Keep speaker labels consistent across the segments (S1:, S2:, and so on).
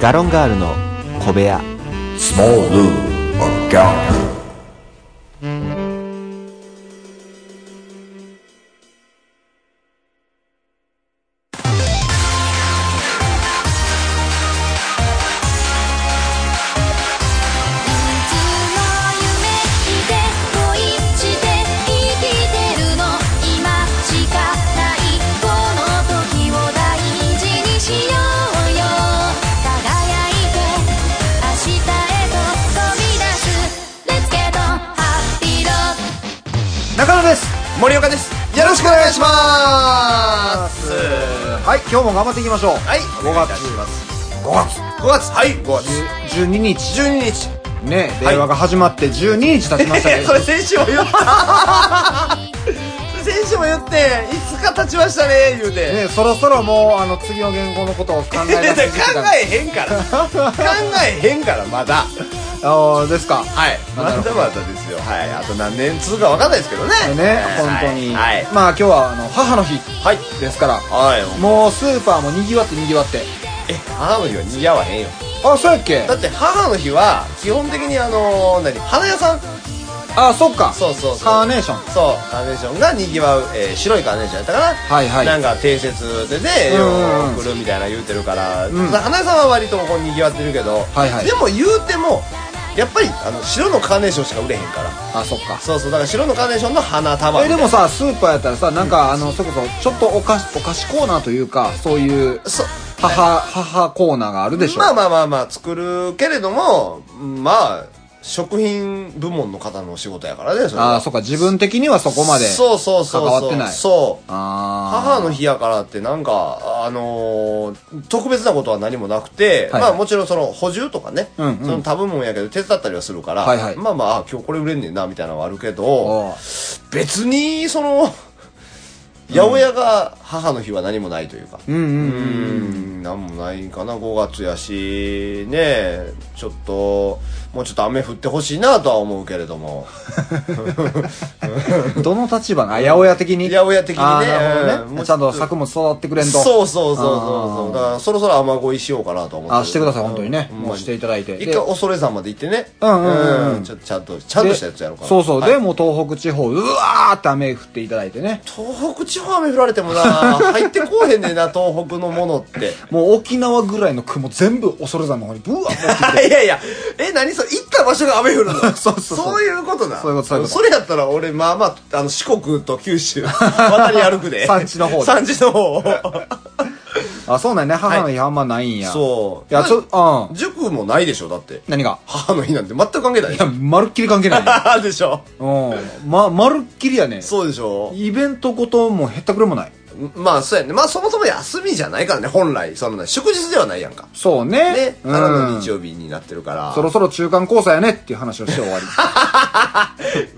S1: ガロンガールの小部屋
S2: Small Lou or Gallo.
S3: いつも夢見て恋して生きてるの今しかないこの時を大事にしようよ輝いて明日へと飛び出す Let's get on Happy Road
S4: 中野です
S5: 森岡です
S4: よろしくお願いします
S5: は
S4: はい今日も頑張っていきましょう
S5: い
S4: 5月5月
S5: 5月はい5月
S4: 12日
S5: 12日
S4: ね
S5: はい
S4: 電話が始まって12日経ちましたけ
S5: え
S4: ど
S5: それ先週も言った先週も言って5日経ちましたね言うて、
S4: ねそろそろもうあの次の言語のことを考え
S5: いやいや
S4: な
S5: 考
S4: きゃ
S5: えへんから考えへんからまだ
S4: ああですか
S5: はいま
S4: なるほ
S5: だ
S4: ど
S5: まだですよはいあと何年続くか分かんないですけどね
S4: ね
S5: は
S4: 本
S5: い
S4: 当に
S5: はい
S4: まあ今日はあの母の日
S5: はい
S4: ですから
S5: はい
S4: もうスーパーもにぎわってにぎわって
S5: え母の日は似合わへんよ
S4: あそうやっけ
S5: だって母の日は基本的にあの何花屋さん
S4: あそっか
S5: そうそうそう
S4: カーネーション
S5: そうカーネーションがにぎわう、えー白いカーネーションやったかな
S4: はいはい
S5: なんか定説でね
S4: うんうんうん
S5: 送るみたいな言うてるから、
S4: うん
S5: 花屋さんは割とこうにぎわってるけど、
S4: はいはい
S5: でも言うてもやっぱりあの白のカーネーションしか売れへんから
S4: あそっか
S5: そうそうだから白のカーネーションの花束
S4: え
S5: み
S4: で
S5: たいな
S4: もさスーパーやったらさなんかあのそれこそちょっとお菓子お菓子コーナーというかそういう
S5: そう
S4: 母母コーナーがあるでしょ
S5: まあまあまあまあ作るけれどもまあ食品部門の方のお仕事やからねそれは
S4: あーそっか自分的にはそこまで
S5: そうそうそうそう
S4: 関わってない
S5: そう
S4: 母
S5: 母の日やからってなんか、あのー特別なことは何もなくて、
S4: はい
S5: まあもちろんその補充とかね、
S4: うんうん
S5: その多分もんやけど手伝ったりはするから、
S4: はいはい
S5: まあまああ今日これ売れんねんなみたいなのはあるけど、別にその、八百屋が母の日は何もないというか、
S4: うんう
S5: うん
S4: うん
S5: ん、なんもないんかな、5月やし、ねえ、ちょっと、もうちょっと雨降ってほしいなとは思うけれども。
S4: どの立場のあ八百屋的に
S5: 八百屋的にね
S4: あーなるほど
S5: うん
S4: ねもうちゃんと作物育ってくれんと
S5: そうそうそうそうそう
S4: あー
S5: だからそろそろ雨乞いしようかなと思って
S4: あしてください本当にね
S5: うん
S4: もうしていただいて
S5: 一
S4: で
S5: 回恐山まで行ってね
S4: うんうんうん
S5: ちょっとちゃんとちゃんとしたやつやろうかな
S4: そうそう
S5: はい
S4: でもう東北地方うわーって雨降っていただいてね
S5: 東北地方雨降られてもな入ってこうへんねんな東北のものって
S4: もう沖縄ぐらいの雲全部恐山の方にブワー持ってきて
S5: いやいやえ何それ行った場所が雨降るの
S4: そうそうそう
S5: いうことな
S4: そういうことそういうこと
S5: れやったら俺まあまああの四国と九州渡り歩 くで
S4: 山地の方で
S5: 山地の方
S4: あ、そうなんやね。母の日あんまないんや。
S5: そう
S4: いや、ちょ、うん。
S5: 塾もないでしょだって
S4: 何が
S5: 母の日なんて全く関係ない
S4: いや、まるっきり関係ない、ね。
S5: あ でしょ
S4: うん。ま、まるっきりやね。
S5: そうでしょ
S4: イベントごともへったくれもない。
S5: まあそうやね。まあそもそも休みじゃないからね、本来。そのね、祝日ではないやんか。
S4: そうね。
S5: ね。
S4: うん。
S5: ただの日曜日になってるから。
S4: そろそろ中間交差やねっていう話をして終 わり。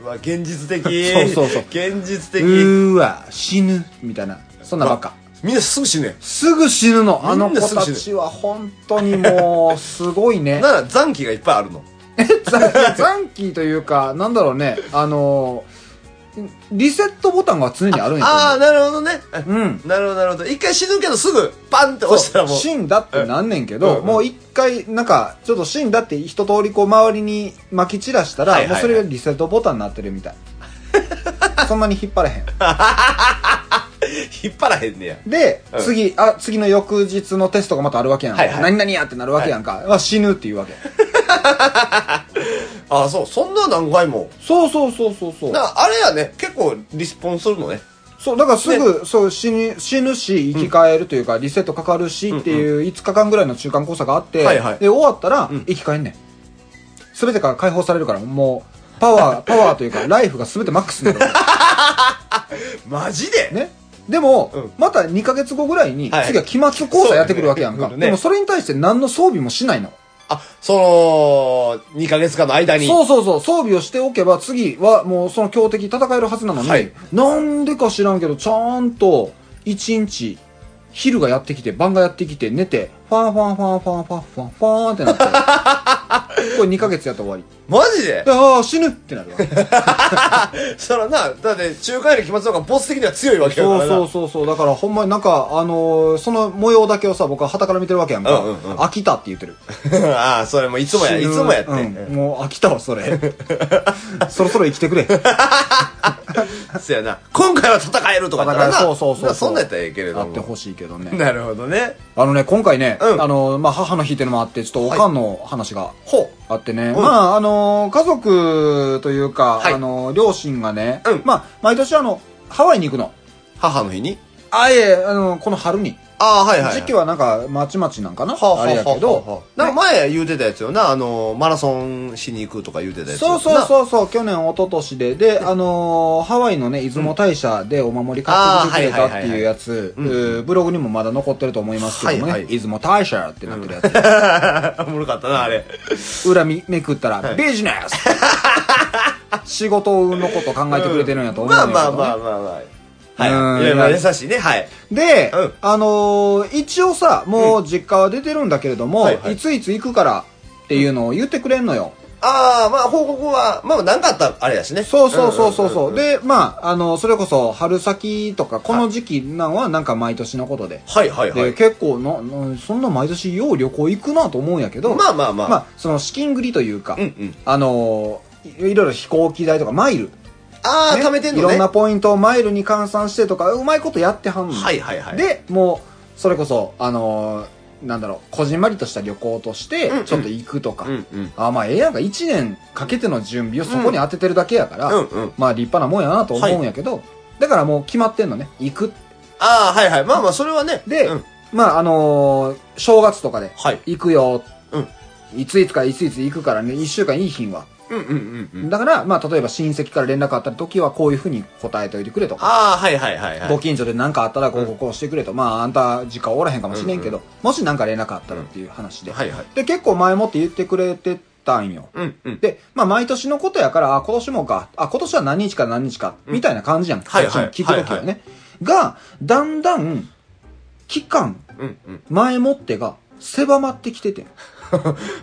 S5: うわ、現実的。
S4: そうそうそう
S5: 現
S4: う
S5: 実的。
S4: ーわ、死ぬ。みたいな。そんなばっか。
S5: みんなすぐ死ぬやん。
S4: すぐ死ぬの。あの
S5: みん
S4: 子
S5: なすぐ
S4: た
S5: 死ぬ
S4: ちは本当にもう、すごいね。
S5: なら残機がいっぱいあるの。
S4: 残機というか、なんだろうね。あのー、リセットボタンが常にあるんやと思う
S5: ああ、なるほどね。
S4: うん。
S5: なるほど、なるほど。一回死ぬ けどすぐ、パンって押したらもう。
S4: 死んだってなんねんけど、
S5: うんうん
S4: もう一回なんかちょっと死んだって一通りこう周りにまき散らしたら、
S5: はいはいはい
S4: もうそれがリセットボタンになってるみ たいそんなに引っ張れへん
S5: 引っ張らへんねや。
S4: で、
S5: うん
S4: 次あ次の翌日のテストがまたあるわけやんか、
S5: はいはい
S4: 何々やってなるわけやんか、あ死ぬっていうわけ
S5: ああ、そう。そんな何回も。
S4: そうそうそうそうそう
S5: なあれやね、結構リスポンするのね。
S4: そうだからすぐ、そう死ぬ死ぬし生き返るというか、リセットかかるしっていう5日間ぐらいの中間交差があって、
S5: はいはい
S4: で終わったら
S5: ん
S4: 生き返んねん、全てから解放されるからもうパ ワーパワーというかライフが全てマックスになる
S5: マジ で、
S4: ねでも、
S5: うん
S4: また2ヶ月後ぐらいに、
S5: はい
S4: 次は期末交差やってくるわけやん
S5: そ
S4: か、
S5: うだね
S4: でもそれに対して何の装備もしないの
S5: あ、その、2ヶ月間の間に。
S4: そうそうそう装備をしておけば次はもうその強敵戦えるはずなのに、
S5: はい
S4: なんでか知らんけどちゃんと1日 昼がやってきて晩がやってきて寝てファンファンファンファンファンファンファンってなってこれ2ヶ月やった ら終わり
S5: マジで
S4: でああ死ぬってなるわ
S5: そらな、だって中華より期末の方がボス的には強いわけやから
S4: そ
S5: な。
S4: うそうそうそうだからほんまになんかあのーその模様だけをさ僕は旗から見てるわけやんか、
S5: うんうんうん
S4: 飽きたって言ってる
S5: ああ、それもいつもや、い
S4: 死ぬ
S5: つもやって。
S4: うんもう飽きたわそ れそろそろ生きてくれ
S5: そやな。今回は戦えるとかだったらな。
S4: そうそうそう
S5: なそんなんやったらええけれど
S4: あって
S5: も。
S4: ほしいけどね
S5: なるほどね。
S4: あのね今回ね、
S5: うん
S4: あのーまあ、母の日っていうのもあってちょっとおかんの話が
S5: ほ
S4: あってね、
S5: ん
S4: まああのー家族というか、
S5: はい
S4: あのー両親がね、
S5: うん
S4: まあ毎年あのハワイに行くの
S5: う。母の日に
S4: あいえあのーこの春に、
S5: ああ、はいはい。
S4: 時期はなんかまちまちなんかな、
S5: はあ、はあ、
S4: あれやけど、
S5: はあはあなんか前言うてたやつよな。あの、マラソンしに行くとか言うてたやつ。
S4: そうそう
S5: う。
S4: そうそう去年一昨年でで、あのーハワイのね出雲大社でお守り買ってきてくれた
S5: あー
S4: っ
S5: はいはいはいはい
S4: ていうやつ
S5: うん
S4: うーブログにもまだ残ってると思いますけどもね、
S5: はいはい
S4: 出雲大社ってなってるや
S5: おもろかったな、あれ。
S4: つ、裏見めくったら、ビジネ ス仕事のこと考えてくれてるんやと思うん
S5: ま
S4: や
S5: あ
S4: けど、ね
S5: まあまあまあまあ。
S4: う
S5: は
S4: ん
S5: い。いやまあ優しいね。はい。
S4: で、
S5: うん
S4: あのー一応さもう実家は出てるんだけれども、
S5: はい
S4: い
S5: はい
S4: ついつ行くからっていうのを言ってくれんのよ、
S5: ああ、まあ報告は、まあなんかあったらあれやしね。
S4: そうそうそうそうそう,、
S5: んんんん
S4: でまああのそれこそ春先とかこの時期なんはなんか毎年のことで、
S5: はいはいは
S4: で
S5: い。
S4: 結構ななそんな毎年よう旅行行くなと思うんやけど
S5: まあまあまあ。
S4: まあその資金繰りというか、
S5: うんうん。
S4: あのーいいろいろ飛行機代とかマイル、
S5: ああ、
S4: ね
S5: 貯めてんのね。
S4: いろんなポイントをマイルに換算してとかうまいことやってはんの、
S5: はいはいはい。、
S4: でもうそれこそあのーなんだろうこじんまりとした旅行として
S5: うんうん
S4: ちょっと行くとか、
S5: うんうん。
S4: あまあええやんか1年かけての準備をそこに当ててるだけやから、
S5: うんうん。
S4: まあ立派なもんやなと思うんやけど、だからもう決まってんのね行く
S5: ああ、はいはい。まあまあ、それはね。
S4: で、
S5: うん
S4: まああのー正月とかで
S5: はい。
S4: 行くよ、
S5: うん
S4: いついつからいついつ行くからね1週間いい品は、
S5: うんうんうんうん。
S4: だからまあ例えば親戚から連絡あった時はこういうふうに答えておいてくれとか
S5: ああ、はいはいはいはい。
S4: ご近所で何かあったらこうこうこうしてくれと、まああんた時間おらへんかもしれんけど、もし何か連絡あったらっていう話で、
S5: はいはい。
S4: で結構前もって言ってくれてたんよ、
S5: うんうん。
S4: で、まあ、毎年のことやから、あ、今年もか、あ、今年は何日から何日か、みたいな感じやん。
S5: はいはい
S4: こっちも聞くときはね。が、だんだん、期間、
S5: うんうん。
S4: 前もってが、狭まってきててん。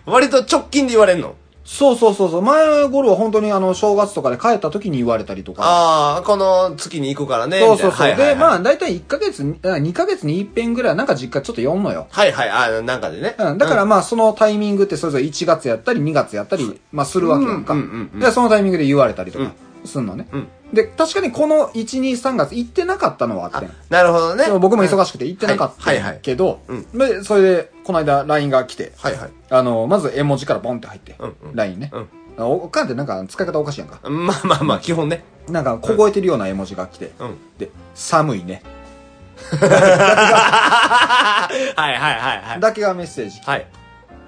S5: 割と直近で言われんの。
S4: そうそうそうそう。前頃は本当にあの、正月とかで帰った時に言われたりとか。
S5: ああ、この月に行くからね。
S4: そうそうそう。
S5: みたいな
S4: で、ま
S5: はいはいはい
S4: あ、だいたい1ヶ月に、あ2ヶ月に一遍ぐらい、なんか実家ちょっと読んのよ。
S5: はいはい。ああ、なんかでね。
S4: うん、だからまあそのタイミングってそれぞれ1月やったり2月やったり、まあするわけやんか。
S5: うんうんうんうん
S4: で、そのタイミングで言われたりとかすんのね。
S5: うん
S4: で、確かにこの1、2、3月行ってなかったのはあってん。
S5: なるほどね
S4: でも。僕も忙しくて行ってなかった
S5: はいはいは
S4: ん
S5: い
S4: けど
S5: うん、
S4: で、それでこの間 LINE が来て、
S5: はいはい。
S4: あの、まず絵文字からボンって入って
S5: うんう、ん
S4: LINE ね
S5: うん。
S4: おおかんってなんか使い方おかしいやんか。
S5: まあまあまあ、基本ね。
S4: なんか凍えてるような絵文字が来て、
S5: うん。
S4: で、寒いね。
S5: はいはいはいはい。
S4: だけがメッセージ来て
S5: はい。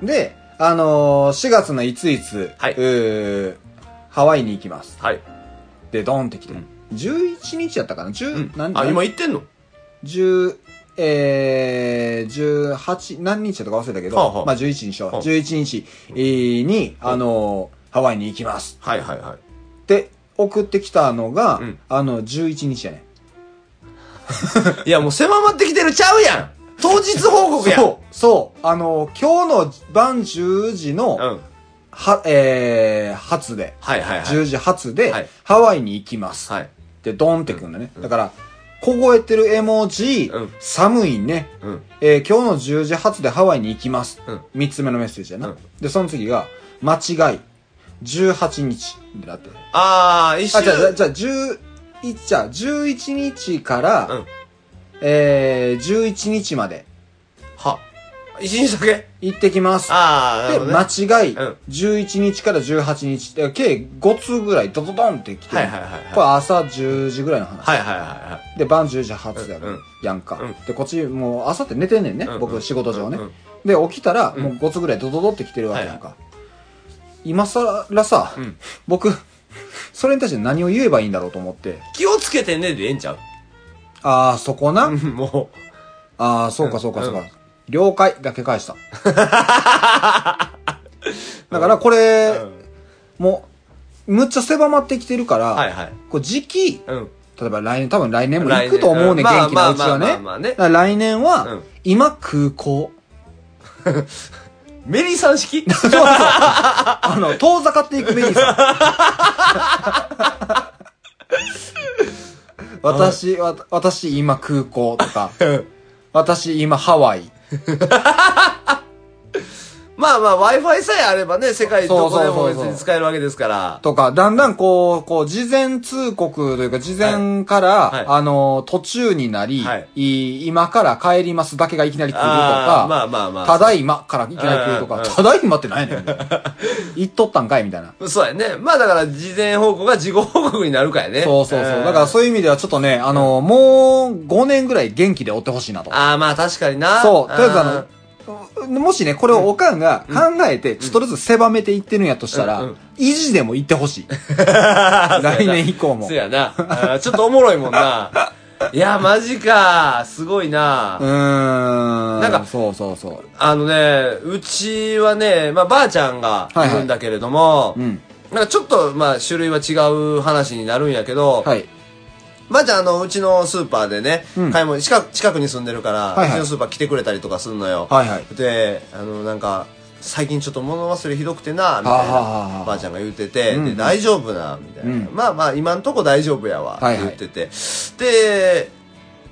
S4: で、あのー4月のいついつ、
S5: はいう
S4: ーハワイに行きます。
S5: はい。
S4: で、ドーンって来て、11日やったかな
S5: う
S4: ?10、
S5: ん。
S4: 何
S5: あ、今
S4: 何
S5: 行ってんの
S4: 10えー、18、何日やったか忘れたけど、
S5: はあはあ
S4: まあ11日は、
S5: はあ
S4: 11日、えーに、あのーハワイに行きます。
S5: はいはいは
S4: っ
S5: い。
S4: て送ってきたのが、
S5: うん
S4: あの、11日やね。
S5: いや、もう狭まってきてるちゃうやん当日報告やん
S4: そう、そう、あのー今日の晩10時の、
S5: うん。
S4: は、えー、初で、
S5: はいはいはい。
S4: 10時発で、
S5: はい
S4: ハワイに行きます。
S5: はい。
S4: で、ドンってくるんだね。だから、凍えてる絵文字、
S5: うん
S4: 寒いね。
S5: うん。
S4: えー今日の10時発でハワイに行きます。
S5: うん
S4: 三つ目のメッセージやな。
S5: うん
S4: で、その次が、間違い、18日ってなってる。
S5: ああ、一
S4: あ、じゃあ、
S5: 瞬。
S4: じゃあ、じゃあ11じゃあ、11日から、
S5: うん
S4: えー、11日まで
S5: は。一日だけ
S4: 行ってきます。
S5: ああ、な
S4: で、
S5: るほどね。
S4: 間違い、
S5: うん
S4: 11日から18日、で計5通ぐらいドドドンって来てる、
S5: はいはいはいはい
S4: これ朝10時ぐらいの話。
S5: はいはいはいはい。
S4: で、晩10時発や,、
S5: うんうん
S4: やんか、
S5: うん
S4: で、こっちもう朝って寝てんねんね、
S5: うんうん
S4: 僕仕事上ね、
S5: うんうん
S4: で、起きたら、もう5つぐらいドドドって来てるわけやんか。今さらさ、
S5: ん
S4: 僕、それに対して何を言えばいいんだろうと思って、
S5: 気をつけてねでええんちゃう
S4: ああ、そこな、
S5: うん もう。
S4: ああ、そうかそうかそうか。
S5: うん
S4: 了解だけ 返した。だからこれ、もう、むっちゃ狭まってきてるから、
S5: はいはい
S4: こう時期、
S5: うん。
S4: 例えば来年、多分来年も行
S5: 来
S4: く
S5: 年
S4: と思うね、
S5: うんまあ
S4: 元気なうちはね。
S5: まあまあまあまあね
S4: だから来年は、
S5: うん
S4: 今空港、
S5: メリーさん式
S4: そうそう。 あの、遠ざかっていくメリーさん。私、わ私今空港とか、私今ハワイ。
S5: まあまあ Wi-Fi さえあればね、世界どこでも別に使えるわけですから。
S4: とか、だんだんこう、こう、事前通告というか、事前から、
S5: はい
S4: あの、途中になり、
S5: はい
S4: い今から帰りますだけがいきなり来ると
S5: あ
S4: か
S5: ー、まあまあまあ
S4: ただいまからいきなり来ると
S5: うん
S4: か、
S5: うんうん
S4: ただいまってないねん。 言っとったんかいみたいな。
S5: そうやね。まあだから事前報告が事後報告になるかやね。
S4: そうそうそう。
S5: ん
S4: だからそういう意味ではちょっとね、あの、もう5年ぐらい元気で追ってほしいなと。
S5: ああ、まあ確かにな。
S4: そう。とりあえず
S5: ん
S4: あの、もしね、これをおかんが考えて、ちょっとずつ狭めていってるんやとした
S5: うんう
S4: ら
S5: ん、
S4: 維持でもいってほ しい。来年以降も
S5: そ。やな。あーちょっとおもろいも んな。いや、マジか。すごいな。
S4: うーん。
S5: なんか
S4: そうそうそう。
S5: あのね、うちはね、まあばあちゃんがいるんだけれども、
S4: いはいうん
S5: なんかちょっと、まあ種類は違う話になるんやけど、
S4: はい。
S5: ばあちゃんあの、うちのスーパーでね、
S4: うん
S5: 買い物、近く、近くに住んでるから、
S4: はいはいう
S5: ちのスーパー来てくれたりとかすんのよ。
S4: はいはい。
S5: で、あの、なんか、最近ちょっと物忘れひどくてな、みたい
S4: はあはあは
S5: な
S4: あ、
S5: ばあちゃんが言ってて、
S4: うん
S5: で、大丈夫な、みたいな。
S4: うん
S5: まあまあ、今んとこ大丈夫やわ、
S4: はい
S5: っ
S4: は
S5: て
S4: い
S5: 言ってて。で、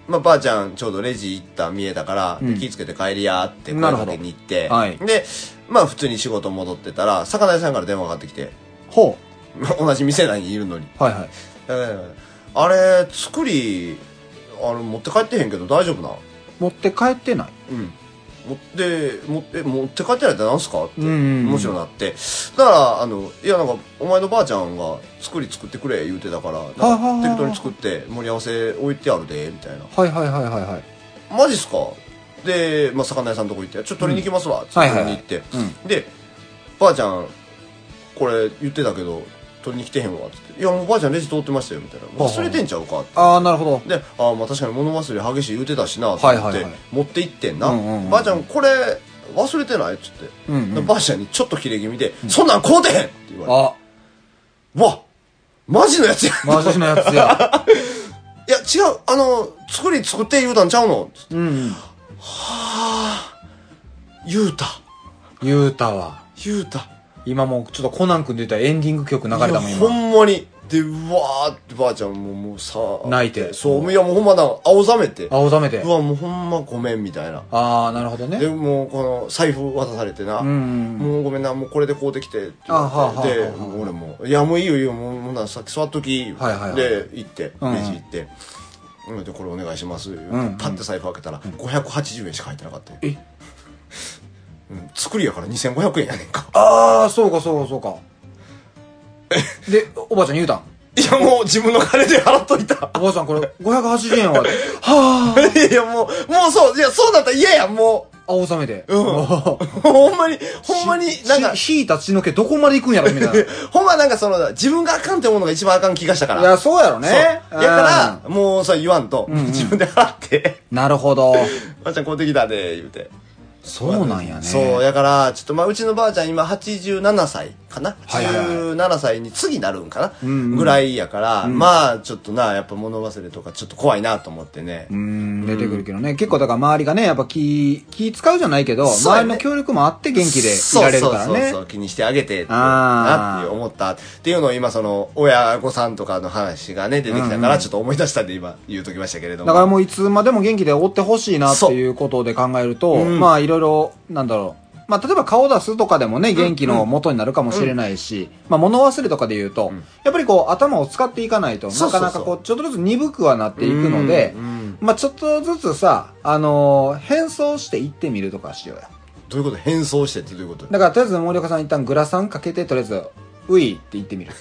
S5: まあ、ばあちゃん、ちょうどレジ行った見えたから、で
S4: うん
S5: 気ぃつけて帰りや、って声
S4: なるほ
S5: か
S4: ど
S5: けに行って、
S4: はい
S5: で、まあ、普通に仕事戻ってたら、魚屋さんから電話かかってき て、
S4: ほ
S5: 同じ店内にいるのに。
S4: う。はいはい。
S5: ええあれ作りあれ持って帰ってへんけど大丈夫な
S4: 持って帰ってない。
S5: うん持って持って持って帰ってないってなんすかって
S4: うんうんうん
S5: もちろんなってだからあのいやなんかお前のばあちゃんが作り作ってくれ言うてたからなん
S4: ははは
S5: か適当に作って盛り合わせ置いてあるでみたいな
S4: はいはいはいはいはい。
S5: マジっすかで、まあ、魚屋さんのとこ行って「ちょっと取りに行きますわ」って
S4: はい
S5: 取
S4: はい
S5: り
S4: はい
S5: に行って、
S4: う
S5: で「ばあちゃんこれ言ってたけど取りに来てへんわ」って言って「いやもうばあちゃんレジ通ってましたよ」みたいな「
S4: はは
S5: 忘れてんちゃうか」って
S4: ああ、なるほど。
S5: で、ああ、まあ確かに物忘れ激しい言うてたしな、と
S4: はい
S5: 思
S4: は
S5: っ
S4: いはい
S5: て、持って行ってんな。
S4: うんうんうん
S5: ばあちゃん、これ、忘れてないっつって。
S4: うんうん
S5: でばあちゃんにちょっと切れ気味で、そんなん買うてへんって言われて。
S4: あ、
S5: うわマジのやつやん
S4: マジのやつ や。
S5: いや、違う、あの、作り作って言うたんちゃうのつって
S4: うん。
S5: 言うた。
S4: ゆうたは。
S5: 言うた。
S4: 今もうちょっとコナン君で言ったらエンディング曲流れたもん
S5: いや
S4: 今。
S5: ほんまに。で、うわーってばあちゃんももうさ、
S4: 泣いて
S5: そう、いやもうほんまなんか青ざめて。
S4: 青ざめて
S5: う。わ、もうほんまごめんみたいな。
S4: ああ、なるほどね。
S5: でもうこの財布渡されてな、
S4: ん
S5: もうごめんなもうこれでこうできてって言
S4: あはあは
S5: わ
S4: あ
S5: れて
S4: はあ
S5: でもう俺も「いやもういいよいいよもうもうなさっき座っとき」
S4: はいはいはい
S5: で行ってレジ
S4: うん
S5: 行って「うんでこれお願いします」言うて
S4: うん
S5: パッて財布開けたら580円しか入ってなかったよ
S4: え
S5: うん、作りやから2500円やねんか
S4: ああ、そうかそうかそうか。で、おばあちゃん言うたん。
S5: いやもう自分の金で払っといた
S4: おばあちゃんこれ580円は、はあ、
S5: いやもうもうそういやそうだったら嫌やんも
S4: 青ざめて。
S5: ううんほんまにほんまになんか
S4: ひ、引いた血の毛どこまで行くんやろみたいな。
S5: ほんまなんかその自分があかんって思うのが一番あかん気がしたか ら
S4: いや、そうやろね。
S5: そうやか
S4: うん
S5: ら、もうそう言わんと、自分で払って、
S4: なるほど。
S5: ばあちゃん買うてきたで、言うて。
S4: そうなんやね。
S5: そう、やから、ちょっとまあ、うちのばあちゃん今87歳かな
S4: はいはいはい
S5: ?87 歳に次なるんかな、
S4: んうん
S5: ぐらいやから、まあ、ちょっとな、やっぱ物忘れとかちょっと怖いなと思ってね。
S4: うん、出てくるけどね。結構だから周りがね、やっぱ気、気使うじゃないけど、
S5: そう
S4: 周
S5: やね
S4: りの協力もあって元気でいられるから
S5: そうそう
S4: ね
S5: そうそ。う気にしてあげて
S4: あ
S5: な
S4: ー
S5: って思ったっていうのを今その親御さんとかの話がね出てきたからちょっと思い出したんで今言うときましたけれども
S4: だからもういつまでも元気で追ってほしいなっていうことで考えると、
S5: ん
S4: まあいろいろ、なんだろう。まあ例えば顔出すとかでもね、元気の元になるかもしれないし、まあ物忘れとかで言うと、やっぱりこう頭を使っていかないと、
S5: そう
S4: な
S5: そうそう
S4: かなかこう、ちょっとずつ鈍くはなっていくので、
S5: うんうん
S4: まあちょっとずつさ、あのー変装していってみるとかしようや。
S5: どういうこと変装してってどういうこと
S4: だからとりあえず森岡さん一旦グラサンかけて、とりあえず、ういって言ってみる。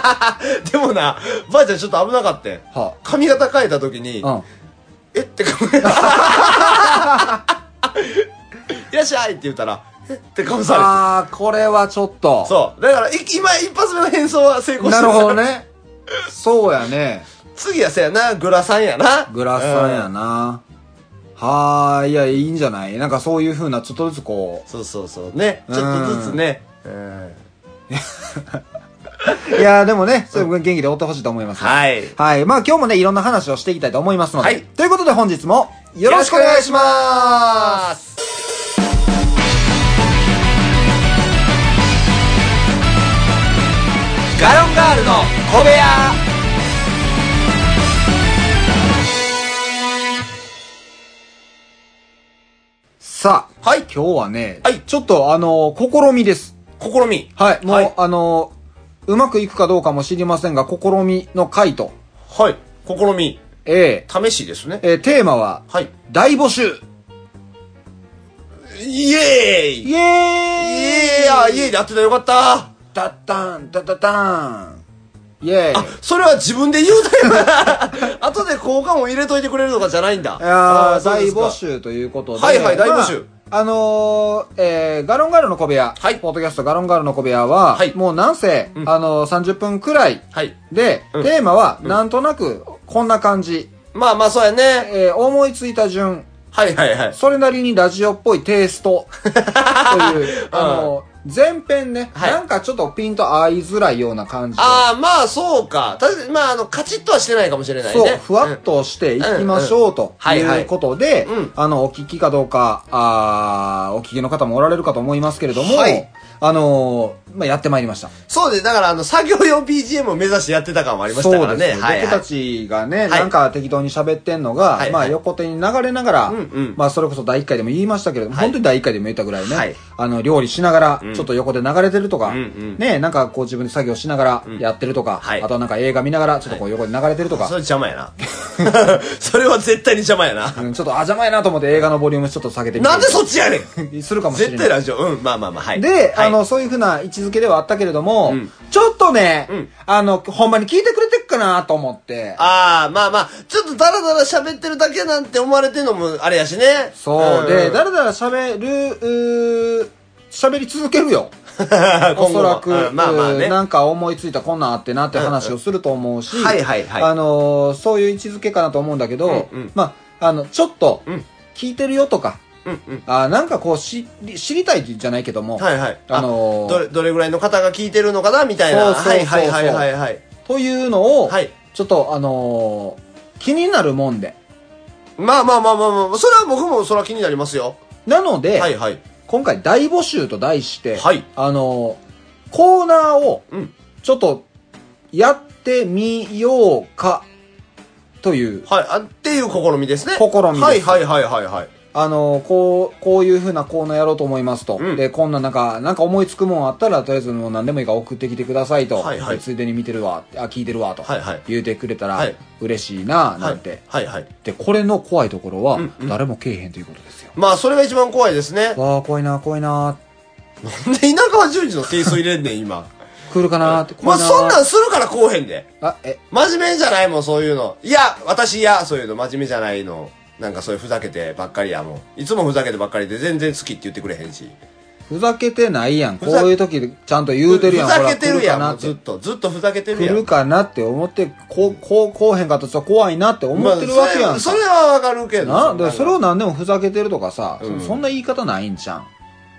S5: でもな、ばあちゃんちょっと危なかったよ。
S4: は
S5: 髪型変えた時に、
S4: あ、
S5: えって顔が いらっしゃいって言ったら、えって顔さ
S4: ああ、これはちょっと。
S5: れて。そう。だから、い今一発目の変装は成功し
S4: な
S5: てる
S4: るほど。 ね。そうやね。
S5: 次はせやな、グラさんやな。
S4: グラサンやな。はーい、いや、いいんじゃないなんかそういう風な、ちょっとずつこ
S5: うんそうそうそう。ね。ちょっとずつね。うん
S4: う。いや、でもね、そういう元気でおってほしいと思います。い。
S5: はい。
S4: はい。まあ今日もね、いろんな話をしていきたいと思いますので。
S5: はい
S4: ということで本日も、よろしくお願いします
S5: ます
S4: ガロンガールの小部屋さあ、
S5: はい
S4: 今日はね、
S5: はい
S4: ちょっとあの試みです。
S5: 試み。
S4: はい、もう、
S5: はい
S4: あのうまくいくかどうかも知りませんが、試みの回と、
S5: はい。試み。
S4: え
S5: 試しですね
S4: ー。えーテーマは、
S5: はい。
S4: 大募集
S5: イエーイ
S4: イエーイ
S5: いや、イエーイで合ってたらよかった。
S4: ダッタン、ダッダッタンイエーイ
S5: あ、それは自分で言うたよ。 後で効果音入れといてくれるとかじゃないんだ。
S4: いや
S5: あー
S4: ー
S5: そう
S4: 大
S5: ですか
S4: 募集ということで。
S5: はいはい大募集
S4: まあ、あのー、えー、ガロンガールの小部屋。
S5: はい
S4: ポッドキャストガロンガールの小部屋は、
S5: はい
S4: もうなんせ、
S5: うん
S4: あのー、30分くらい
S5: はい。
S4: で、
S5: うん
S4: テーマは、なんとなく、こんな感じ。
S5: まあまあ、そうやね。
S4: えー、思いついた順、
S5: はいはいはい。
S4: それなりにラジオっぽいテイス ト。という、あのー、前編ね、
S5: はい
S4: なんかちょっとピンと合いづらいような感じで。
S5: ああ、まあそうか。確かに、まああの、カチッとはしてないかもしれないね。
S4: そう、ふわっとしていきましょうと
S5: はいはい
S4: いうことで
S5: うん、
S4: あの、お聞きかどうか、あーお聞きの方もおられるかと思いますけれども
S5: はい、
S4: あのー、まあ、やってまいりました。
S5: そうで、だからあの、作業用 BGM を目指してやってた感もありましたか
S4: そ
S5: ら
S4: う
S5: ね。
S4: です
S5: はい、
S4: ね。僕
S5: は
S4: た
S5: い。
S4: ちがね、
S5: い
S4: なんか適当に喋ってんのが
S5: はい、
S4: まあ、
S5: はい
S4: 横手に流れながら
S5: うんうん、
S4: まあ、それこそ第一回でも言いましたけれども、
S5: はい
S4: 本当に第一回でも言ったぐらい
S5: は
S4: ね
S5: い、
S4: あの、料理しながら
S5: う、ん
S4: ちょっと横で流れてるとか
S5: うんうん、
S4: ね、なんかこう自分で作業しながら
S5: うん
S4: やってるとか、
S5: はい
S4: あとはなんか映画見ながら、ちょっとこう横で流れてるとか
S5: それ、邪魔やな。 それは絶対に邪魔 やな。
S4: うんちょっとあ邪魔やなと思って映画のボリュームちょっと下げてみて。
S5: なんでそっちやねん
S4: するかもしれ
S5: 絶
S4: ない。
S5: 対ラジオ。うん、まあまあまあ、はい。
S4: で、
S5: はい
S4: あの、、そういうふうな位置づけではあったけれども、
S5: うん
S4: ちょっとね、
S5: うん
S4: あの、ほんまに聞いてくれてっかなと思って。
S5: ああ、まあまあ、ちょっとダラダラ喋ってるだけなんて思われてんのもあれやしね。
S4: そう、
S5: ん
S4: で、だらだら喋る、うー喋り続けるよ。
S5: 今
S4: お
S5: 後も
S4: そらく、
S5: うんまあまあ
S4: うー
S5: ね。
S4: なんか思いついたこんなんあってなって話をすると思うし、
S5: うんはいはいはい
S4: あのーそういう位置づけかなと思うんだけど、
S5: うんうん
S4: まあ、あの、ちょっと
S5: うん、
S4: 聞いてるよとか、
S5: うんうん。
S4: あーなんかこう知り、知りたいじゃないけども、
S5: はいはい。
S4: あのー
S5: どれ、どれぐらいの方が聞いてるのかなみたいな。
S4: そうそうそうそう
S5: はいはいはいはいはい。
S4: というのを、
S5: はい
S4: ちょっとあのー気になるもんで。
S5: まあまあまあまあまあ、それは僕もそれは気になりますよ。
S4: なので、
S5: はいはい。
S4: 今回大募集と題して、
S5: はい
S4: あのーコーナーを
S5: うん。
S4: ちょっとやってみようかという、
S5: はい。あっていう試みですね。
S4: 試みです
S5: はいはいはいはいはい。
S4: あのーこう、こういう風なコーナーやろうと思いますと。
S5: うん
S4: で、こんななんか、なんか思いつくもんあったら、とりあえずもう何でもいいから送ってきてくださいと。
S5: はいはい
S4: でついでに見てるわ、あ、聞いてるわと。
S5: はいはい
S4: 言うてくれたら
S5: はい、
S4: 嬉しいな、
S5: は
S4: なん
S5: い
S4: て、
S5: はいはい。
S4: で、これの怖いところは
S5: うん、うん
S4: 誰もけえへんということですよ。
S5: まあ、それが一番怖いですね。
S4: わあ、怖いな、怖いな、
S5: で、稲川淳二のテイスト入れんねん、今。
S4: 来るかなって、
S5: ま
S4: 怖
S5: あ、
S4: いな。
S5: そんなんするからこうへんで。
S4: あ、え、
S5: 真面目じゃないもん、そういうの。いや、私いや、そういうの、真面目じゃないの。なんかそういうふざけてばっかりや、もう。いつもふざけてばっかりで、全然好きって言ってくれへんし。
S4: ふざけてないやん。こ
S5: ふ
S4: う
S5: ざ
S4: いう時、ちゃんと言うてるやん。
S5: ふざけてるや
S4: ほ
S5: ん、も
S4: ら
S5: う
S4: 来
S5: ず
S4: る
S5: っ
S4: か
S5: と。ずっとふざけて
S4: なっ
S5: る
S4: て。
S5: や
S4: 来
S5: ん。
S4: るかなって思って、こう、こう、こうへんかったらちょっと怖いなって思ってるわけやんか。
S5: まあそれそれはわかるけど。
S4: な、
S5: んの
S4: で、それを何でもふざけてるとかさ、
S5: うん
S4: そんな言い方ないんじゃん。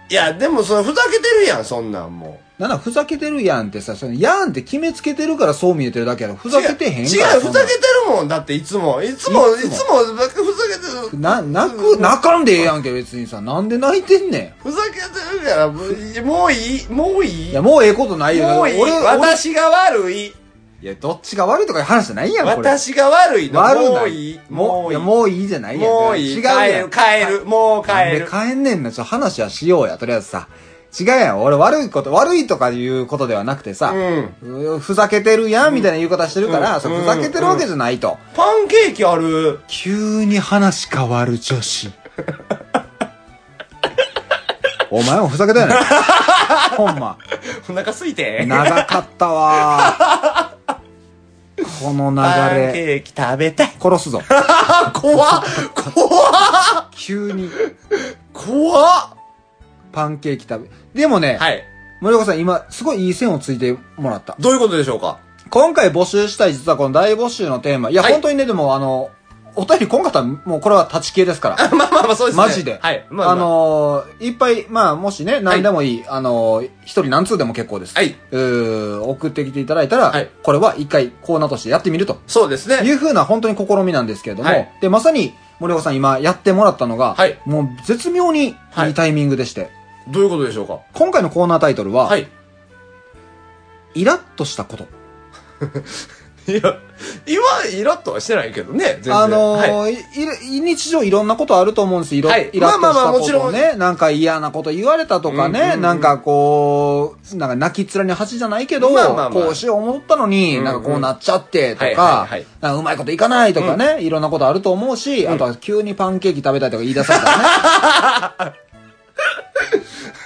S5: いや、でもそのふざけてるやん、そんなんも
S4: なんだ、ふざけてるやんってさ、その、やんって決めつけてるからそう見えてるだけやろ。ふ
S5: う。
S4: ざけてへんか
S5: 違
S4: ら。
S5: う、違うふざけてるもん。だっていつも、いつも、
S4: い
S5: い
S4: つ
S5: つ
S4: も
S5: も、ばっかふざけてる。
S4: な、泣く、泣かんでええやんけ、別にさ。なんで泣いてんね
S5: ふざけてるから、もうもういい、もうい
S4: ん。
S5: い。
S4: いや、もうええことないよ。
S5: もういい。
S4: 俺、俺、
S5: 私が悪い。
S4: いや、どっちが悪いとかいう話じゃないやん、これ。
S5: 私が悪いの。
S4: 悪ない
S5: もういい。も
S4: もう
S5: う
S4: い
S5: い
S4: や
S5: い。
S4: もういいじゃないやん。
S5: もういい。
S4: 違う
S5: 帰
S4: や
S5: る、
S4: ん。
S5: 帰る。もう帰
S4: なんで
S5: る。
S4: 帰んねんのちょ、話はしようや、とりあえずさ。違うやん。俺悪いこと、悪いとかいうことではなくてさ、
S5: うん。
S4: うふざけてるやん、みたいな言い方してるから、
S5: うん
S4: そうふざけてるわけじゃないと。
S5: パンケーキある。
S4: 急に話変わる女 子。お前もふざけたよね。ほんま。
S5: お腹空いて。
S4: 長かったわ ー。この
S5: パン
S4: 流れ。
S5: ケーキ食べたい。
S4: 殺すぞ。
S5: あ、怖っ怖っ
S4: 急に
S5: 怖っ
S4: パンケーキ食べ。でもね、
S5: はい。
S4: 森岡さん今、すごいいい線をついてもらった。
S5: どういうことでしょうか
S4: 今回募集したい実はこの大募集のテーマ。いや、
S5: はい
S4: 本当にね、でもあの、お便り今方はもうこれは立ち消えですから。
S5: まあまあまあ、そうですね。
S4: マジで。
S5: はい。ま
S4: あ、のーいっぱい、まあ、もしね、何でもいい、あのー一人何通でも結構です。
S5: はい。
S4: うー送ってきていただいたら、
S5: はい
S4: これは一回コーナーとしてやってみると
S5: そうです
S4: い
S5: ね。
S4: うふうな本当に試みなんですけれども、
S5: はい
S4: で、まさに森岡さん今やってもらったのが、
S5: はい
S4: もう絶妙にい
S5: はい
S4: いタイミングでして、
S5: どういうことでしょうか
S4: 今回のコーナータイトルは、
S5: はい。
S4: イラッとしたこと。
S5: いや、今、イラッとはしてないけどね、全然。
S4: あのー
S5: はい
S4: い日常いろんなことあると思うんですよ。いろ
S5: はい
S4: イラッと
S5: まあまあまあ
S4: したこと
S5: もち
S4: ね。なんか嫌なこと言われたとか
S5: うんうん
S4: ね。
S5: うん
S4: なんかこう、なんか泣きっ面に恥じゃないけど、
S5: まあまあまあ
S4: こうしよう思ったのに、
S5: うんうん
S4: なんかこうなっちゃってと
S5: はいはい
S4: か
S5: はい、
S4: なんかうまいこといかないとかね。いろんなことあると思うし、あとは急にパンケーキ食べたいとか言い出された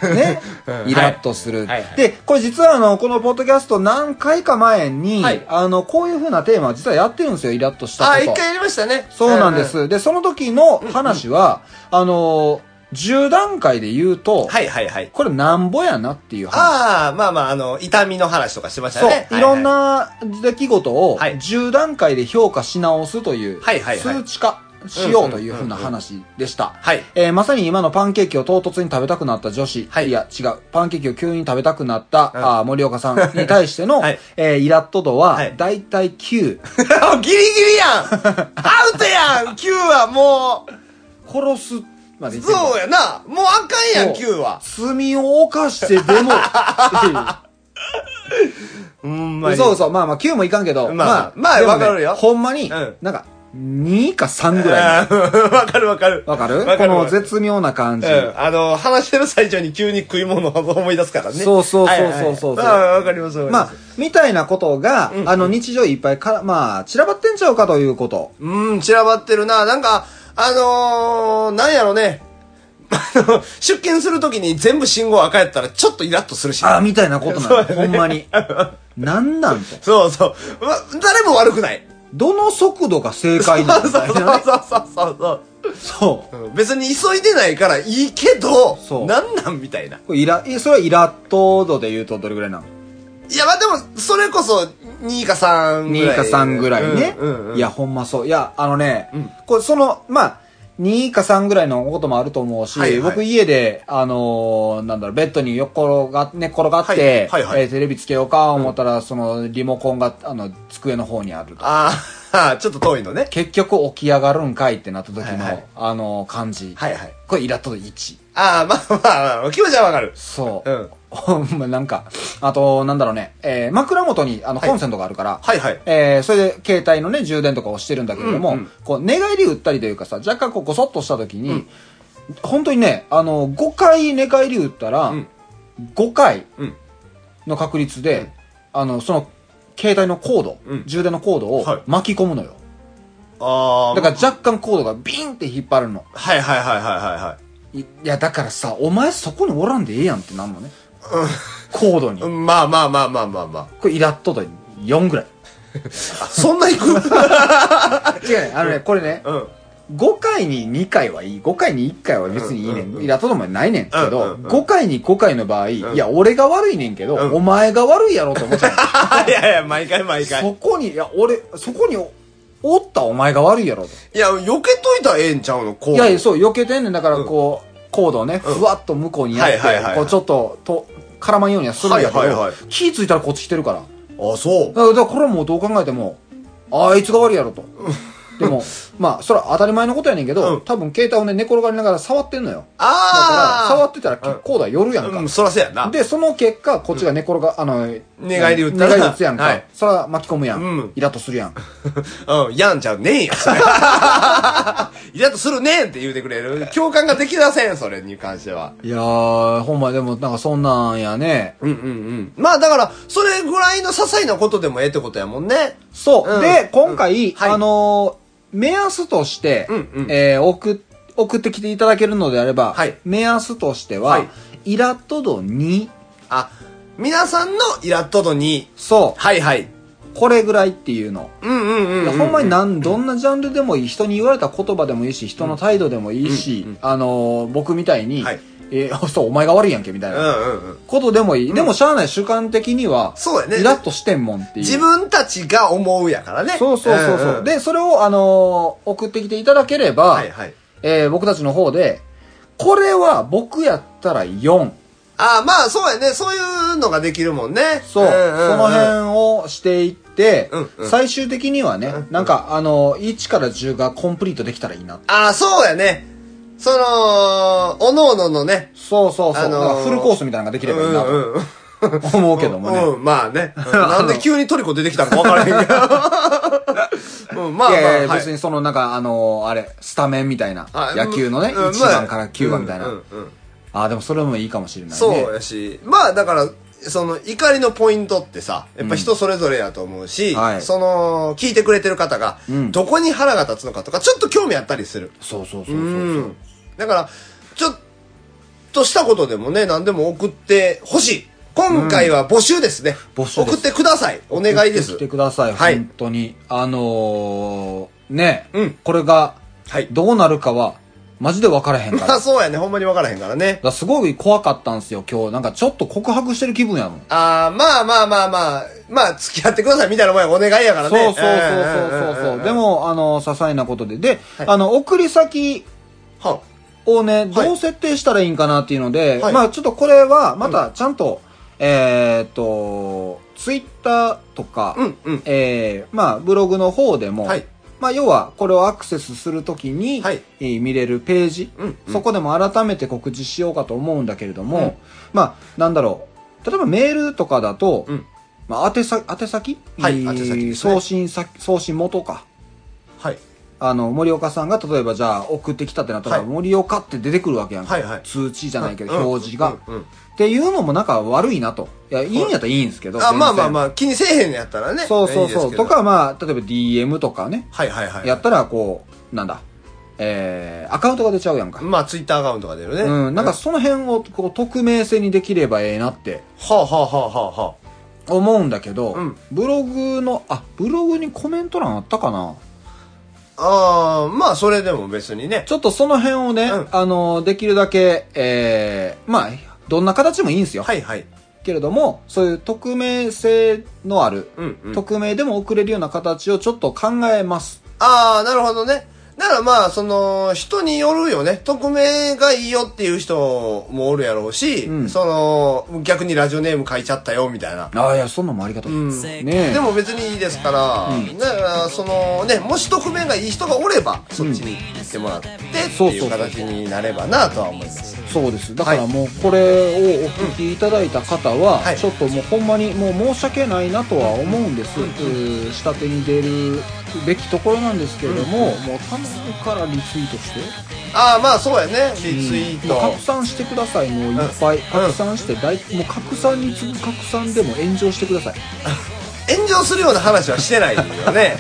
S4: らね。ね。
S5: うん
S4: イラッとする。
S5: はいはい
S4: で、これ実はあの、このポッドキャスト何回か前に、
S5: はい
S4: あの、こういうふうなテーマは実はやってるんですよ、イラッとしたこと。
S5: あ、一回やりましたね。
S4: そうなんで
S5: は
S4: す。で、その時の話は、あのー、10段階で言うと、
S5: いはいはい。
S4: これなんぼやなっていう話。
S5: ああ、まあまあ、あの、痛みの話とかしてました
S4: そう、、
S5: ね。はい
S4: ろん。な出来事を
S5: はい
S4: 10段階で評価し直すという、
S5: はいはいはい
S4: 数値化しようというふうな話でした。
S5: はい。
S4: えーまさに今のパンケーキを唐突に食べたくなった女子、
S5: はい
S4: い、や違う、パンケーキを急に食べたくなった、
S5: うん
S4: あー森岡さんに対しての、
S5: はい
S4: えーイラッと度は、
S5: はい
S4: だいたい9。
S5: ギリギリ やんアウトやん !9 はも
S4: 殺すまで
S5: う、
S4: いってる
S5: そうやなもうあかんやん、9は。
S4: 罪を犯してでも、っていう
S5: うんまに。
S4: そうそう、まあまあ9もいかんけど、
S5: まあまあ
S4: でも
S5: わかるよ
S4: ほんまに、
S5: うん
S4: なんか、2か3ぐらい。
S5: あー わかるわかる。
S4: わかる
S5: わか
S4: こ
S5: るわ
S4: の
S5: かる。
S4: 絶妙な感じ。
S5: うん、あの、話してる最中に急に食い物を思い出すからね。
S4: そうそうそうそうそう
S5: はいはいはいあーわかりますわかり
S4: ま
S5: ま
S4: あ
S5: す。、
S4: みたいなことが、あの、日常いっぱいから、まあ、散らばってんちゃうかということ。
S5: うん、散らばってるな。なんか、あのー、なんやろね。 あの、出勤するときに全部信号赤やったらちょっとイラッとするし。
S4: ああ、みたいなことな
S5: そう
S4: の、
S5: やね
S4: ほんまに。なんなんと。
S5: そうそう。ま、誰も悪くない。
S4: どの速度が正解なの
S5: そう
S4: みた
S5: そう
S4: い
S5: そう
S4: なね
S5: そうそうそう。
S4: そう。
S5: うん別に急いでないからいいけど、
S4: そう
S5: なんなんみたいな。
S4: これイラ、えそれはイラッと度で言うとどれぐらいなの
S5: いや、まあ、でも、それこそ、2か3ぐら
S4: 2
S5: い。
S4: か3ぐらいね
S5: うんうんうん、
S4: いや、ほんまそう。いや、あのね
S5: うん、
S4: これその、まあ、2か3ぐらいのこともあると思うし
S5: はいは、い
S4: 僕家で、あのー、なんだろう、ベッドに横転が、寝っ転がって、
S5: はいはいはい
S4: えーテレビつけようか思ったら、その、リモコンが、あの、机の方にあると。
S5: ああ、 ちょっと遠いのね。
S4: 結局起き上がるんかいってなった時
S5: はいはい
S4: の、あのー、感じ。
S5: はいはい。
S4: これイラッと1。
S5: ああ、まあまあまあ、気持ちはわかる。
S4: そうう。
S5: ん。
S4: ほんま、なんか、あと、なんだろうね、えー枕元に、あの、コンセントがあるから、
S5: はいはい。
S4: えーそれで携帯のね、充電とかをしてるんだけれども、
S5: うんうん
S4: こう、寝返り打ったりというかさ、若干こう、ごそっとした時に、本当にね、あの、5回寝返り打ったら、
S5: うん
S4: 5回
S5: うん
S4: の確率で、あの、その、携帯のコード、
S5: うん
S4: 充電のコード
S5: はい
S4: を巻き込むのよ。
S5: ああ。
S4: だから若干コードがビンって引っ張るの。
S5: はいはいはいはいはい
S4: いや、だからさ、お前そこにおらんでええやんってなんのね。コードに
S5: いは。い。うんまあまあまあまあまあまあ。
S4: これイラッとだ4ぐらい。
S5: あそんな 行く
S4: 違うね、あのね、これね、
S5: うん。
S4: 5回に2回はいい。5回に1回は別にいいね
S5: うんうんうん
S4: ん。イラとどもないねんけ
S5: うんう
S4: ど、
S5: んうん
S4: 5回に5回の場合、いや、俺が悪いねんけど、
S5: うん
S4: お前が悪いやろって思っ ちゃう。
S5: いやいや、毎回毎回。
S4: そこに、いや、俺、そこにお、おったお前が悪いやろと。
S5: いや、避けといたらええんちゃうの、こう。
S4: いやいや、そう、避けてんねん。だから、
S5: うん
S4: こう、コードをね、
S5: うん
S4: ふわっと向こうにやって
S5: はいはいはいは、い
S4: こう、ちょっと、と、絡まんようにはするんやけど
S5: はいはいはい、
S4: 気ついたらこっち来てるから。だ
S5: あ、そう。
S4: から、だからこれはもうどう考えても、あいつが悪いやろと。でも、まあ、それは当たり前のことやねんけ
S5: う
S4: ど、
S5: ん
S4: 多分携帯をね、寝転がりながら触ってんのよ。だか
S5: ああ。
S4: ら、触ってたら結構だ、寄るやん
S5: う
S4: か
S5: ん、。そらせやな。
S4: で、その結果、こっちが寝転が、あの、
S5: 寝返り打ったら
S4: 寝返り打つやんか。
S5: はい
S4: そら巻き込むやん。
S5: うん
S4: イラッとするやん。
S5: うん、やんちゃうねえ よ、それ。イラッとするねんって言うてくれる。共感ができません、それに関しては。
S4: いやー、ほんまでも、なんかそんなんやね。
S5: うんうんうん。まあだから、それぐらいの些細なことでもええってことやもんね。
S4: そう。
S5: うん
S4: で、今回、
S5: うんはい
S4: あのー目安として、
S5: うんうん
S4: えー送っ、送ってきていただけるのであれば、
S5: はい
S4: 目安としては、
S5: はい
S4: イラッと度2。
S5: あ、皆さんのイラッと度に、
S4: そう。
S5: はいはい。
S4: これぐらいっていうの。
S5: うんうんうん、うん。
S4: ほんまになん、どんなジャンルでもいい、人に言われた言葉でもいいし、人の態度でもいいし、あのー僕みたいに、
S5: はい
S4: えー そう、お前が悪いやんけ、みたいうな。
S5: んうんうん。
S4: ことでもいい。でもしゃあない、主観的には、
S5: そうやね
S4: イラッとしてんもんっていう。
S5: 自分たちが思うやからね。
S4: そうそうそうそう、
S5: んん、
S4: で、それを、あのー送ってきていただければ、
S5: はいはい。
S4: えー僕たちの方で、これは僕やったら4。
S5: ああ、まあそうやね。そういうのができるもんね。
S4: そう。
S5: んんん
S4: その辺をしていって、
S5: うんうん
S4: 最終的にはね、なんか、あのー、1から10がコンプリートできたらいいな。
S5: ああ、そうやね。その、おのおののね。
S4: そうそうそう。
S5: あのー
S4: なんかフルコースみたいなのができればいいなと。
S5: うんうん
S4: 思うけどもね。
S5: うん、まあ ね。うんなんで急にトリコ出てきたのか分からへんけど。うん、まあ
S4: い
S5: ま
S4: や
S5: あ、
S4: いや、
S5: はい
S4: 別にそのなんか、あのーあれ、スタメンみたいな
S5: あ。
S4: 野球のね、
S5: うん
S4: 1番から9番みたいな。
S5: うんうんうん
S4: ああ、でもそれもいいかもしれないね。
S5: そうやし、まあだから、その怒りのポイントってさ、やっぱ人それぞれやと思うし、
S4: はい
S5: その、聞いてくれてる方が、
S4: うん
S5: どこに腹が立つのかとか、ちょっと興味あったりする。
S4: そうそうそうそうそう。
S5: うんだから、ちょっとしたことでもね、何でも送ってほしい。今回は募集ですね。
S4: 募集です
S5: 送ってください。お願いです。
S4: 送ってきてください、
S5: はい
S4: 本当に。あのー、ね、
S5: うん
S4: これが、
S5: はい
S4: どうなるかは、マジで分からへんから。
S5: まあ
S4: だか
S5: そうやね、ほんまに分からへんからね。
S4: らすごい怖かったんですよ、今日。なんかちょっと告白してる気分やもん。
S5: あーまあまあまあまあ、まあ付き合ってくださいみたいなもんやお願いやからね。
S4: そうそうそうそうそうそう。でも、あの、些細なことで。で、
S5: はい
S4: あの、送り先
S5: はん、
S4: をね、
S5: はい
S4: どう設定したらいいんかなっていうので、
S5: はい
S4: まあちょっとこれは、またちゃんと、えーっと、ツイッターとか、
S5: うんうん
S4: えーまあブログの方でも、
S5: はい
S4: まあ要はこれをアクセスするときに、
S5: はい
S4: えー見れるページ、
S5: うんうん
S4: そこでも改めて告知しようかと思うんだけれども、まあなんだろう、例えばメールとかだと、
S5: うん
S4: まあ、宛先、宛先
S5: は
S4: え
S5: い
S4: ー
S5: 宛先ですね
S4: 送信先、送信元か。
S5: はい。
S4: あの、森岡さんが、例えばじゃあ、送ってきたってなったら、
S5: はい
S4: 森岡って出てくるわけやんか。
S5: はいはい
S4: 通知じゃないけど、
S5: うん
S4: 表示が、
S5: うんうん
S4: っていうのもなんか悪いなと。いや、いいんやったらいいんですけど。
S5: あ、まあまあま
S4: あ。
S5: あ、気にせえへんのやったらね。
S4: そうそうそう。
S5: いいですけど
S4: と、か、まあ、例えば DM とかね。
S5: はいはいはい。
S4: やったら、こう、なんだ。えー、アカウントが出ちゃうやんか。
S5: まあ、ツイッターアカウントが出るね。
S4: うん、なんかその辺を、こう、匿名性にできればええなって
S5: はあはあはあはあはあ。
S4: 思うんだけど、
S5: うん
S4: ブログの、あ、ブログにコメント欄あったかな
S5: ああ、まあ、それでも別にね。
S4: ちょっとその辺をね、
S5: うん
S4: あの、できるだけ、えー、まあ、どんな形でもいいんですよ。
S5: はいはい。
S4: けれども、そういう匿名性のある、
S5: うんうん。
S4: 匿名でも送れるような形をちょっと考えます。
S5: ああ、なるほどね。だからまあ、その、人によるよね。匿名がいいよっていう人もおるやろうし、
S4: うん
S5: その、逆にラジオネーム書いちゃったよ、みたいな。
S4: ああ、いや、そんなのもありがたい。
S5: うん
S4: ねえ
S5: でも別にいいですから、だから、そのね、もし匿名がいい人がおれば、そっちに行ってもらって、って
S4: そうそう
S5: い
S4: そう
S5: う形になればなとは思います。
S4: そうです。だからもう、これをお聞きいただいた方は、
S5: はい
S4: ちょっともうほんまにもう申し訳ないなとは思うんです。うー下手に出るべきところなんですけれども、もう頼むからリツイートして。
S5: ああ、まあそうやね。リツイー
S4: もう
S5: ト
S4: 拡。散してくださいもういっぱい、拡散して大もう拡散に次ぐ拡散でも炎上してください
S5: 炎上するような話はしてないよ ね。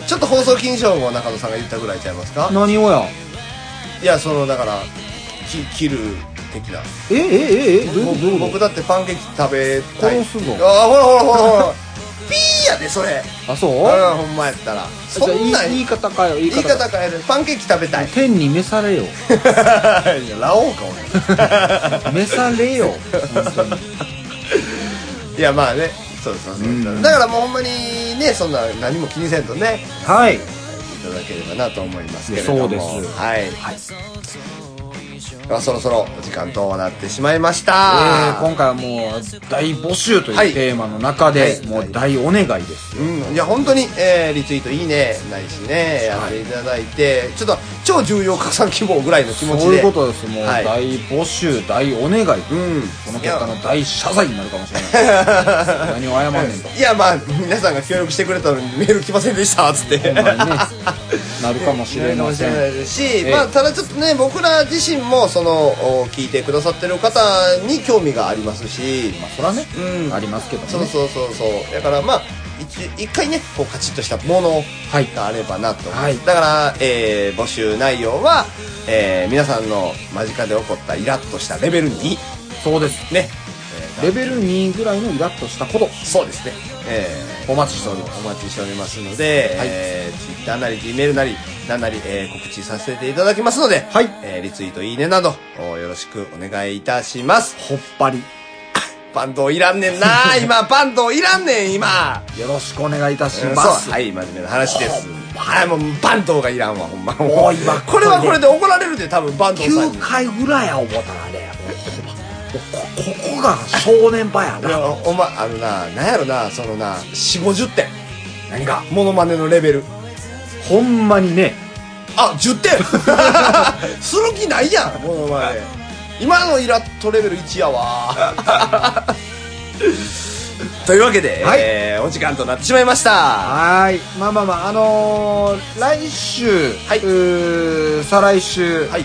S5: うんちょっと放送禁止用語を中野さんが言ったぐらいちゃいますか
S4: 何をや
S5: いや、その、だから、き切る的な。
S4: えええええどういうことどうい
S5: 僕
S4: うこ
S5: 僕だってパンケーキ食べたい。
S4: 殺すぞ
S5: ああ、ほらほらほらほら。 ピーやで、それ。
S4: とあそう
S5: うん、ほんまやったら。
S4: じゃ
S5: そ
S4: あ
S5: ん
S4: い
S5: なん
S4: 言い方かよ言い
S5: 言い
S4: 方か
S5: 方変える。パンケーキ食 べたい。
S4: 天に召されよ
S5: いや、ラオウか、
S4: 召されよ本当に
S5: 俺。いや、まあね。そうそうそう。
S4: ん
S5: だからもうほんまにね、そんな何も気にせんとね、
S4: はい
S5: いただければなと思いますけれども。
S4: そうです
S5: はい。まあ、そろそろお時間となってしまいまし
S4: え
S5: た。
S4: ー今回はもう大募集と
S5: はいいう
S4: テーマの中で、
S5: はい
S4: もう大お願いですよ
S5: うん、いや本当に、えーリツイートいいねないしねやっていただいて、ちょっと超重要加算希望ぐらいの気持ちで
S4: そういうことですもう、
S5: はい
S4: 大募集大お願い、
S5: うん
S4: その結果
S5: い
S4: の大謝罪になるかもしれな い何を謝んねんと
S5: やいやまあ皆さんが協力してくれたのにメール来ませんでしたつって
S4: ほんまにねなるかもしれません
S5: な。いですし、
S4: ええ
S5: まあ、ただちょっとね僕ら自身もそのお聞いてくださってる方に興味がありますし、
S4: まあ、そらね、
S5: うん
S4: ありますけどね。
S5: そうそうそうそうだからまあ一一回ねこうカチッとしたもの
S4: はい
S5: があればなと、
S4: はい
S5: だから、えー募集内容は、えー皆さんの間近で起こったイラッとしたレベル2
S4: そうです。
S5: ね、えー
S4: レベル2ぐらいのイラッとしたこと、
S5: そうですね、えー
S4: お待ちしております。
S5: お待ちしておりますので、
S4: はい
S5: えー、Twitter なり Gmail なり何なり、えー告知させていただきますので、
S4: はい
S5: えーリツイートいいねなどおよろしくお願いいたします
S4: ほっぱり、
S5: バンドいらんねんな今バンドいらんねん今
S4: よろしくお願いいたし
S5: うん
S4: ま
S5: そう
S4: す。
S5: はい真面目な話ですはいもうバンドがいらんわほんま
S4: おい今
S5: これはこれで怒られるで多分バンドさんに
S4: 9回ぐらいや思ったらあれやもうほんまもうこここが正念場や
S5: いや
S4: な
S5: お前あのななんやろなそのな4 5 0点
S4: 何が
S5: モノマネのレベル
S4: ほんまにね
S5: あ10点 する気ないやんモノマネ今のイラッとレベル1やわ というわけで、
S4: はい
S5: えーお時間となってしまいました
S4: はーいまあまあまああのー来週、
S5: はいう
S4: ー再来週、
S5: はい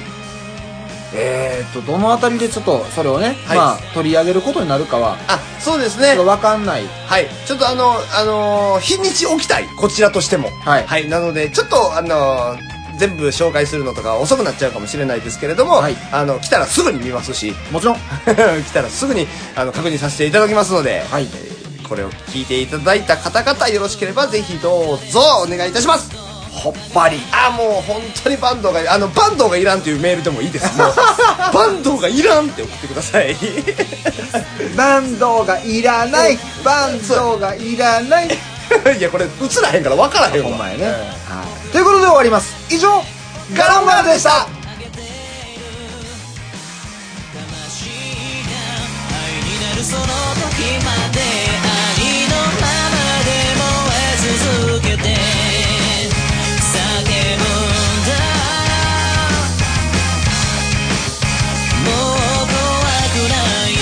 S4: えー、とどのあたりでちょっとそれをね、
S5: はい
S4: まあ、取り上げることになるかは
S5: あそうです
S4: ちょ
S5: ね
S4: っと分かんない
S5: はいちょっとあのあのー日にち置きたいこちらとしても
S4: はい
S5: なのでちょっとあのー全部紹介するのとか遅くなっちゃうかもしれないですけれども、
S4: はい
S5: あの来たらすぐに見ますし
S4: もちろん
S5: 来たらすぐにあの確認させていただきますので、
S4: はい
S5: これを聞いていただいた方々よろしければぜひどうぞお願いいたします
S4: ほっぱり
S5: あーもう本当にバンドがあのバンドがいらんというメールでもい いですもうバンドがいらんって送ってください
S4: バンドがいらないバンドがいらない
S5: いやこれ映らへんから分からへんわ
S4: ほんまやね、はい、ということで終わります以上ガロンガールでした
S6: その時までありのままで燃え続けて叫ぶんだもう怖くないよ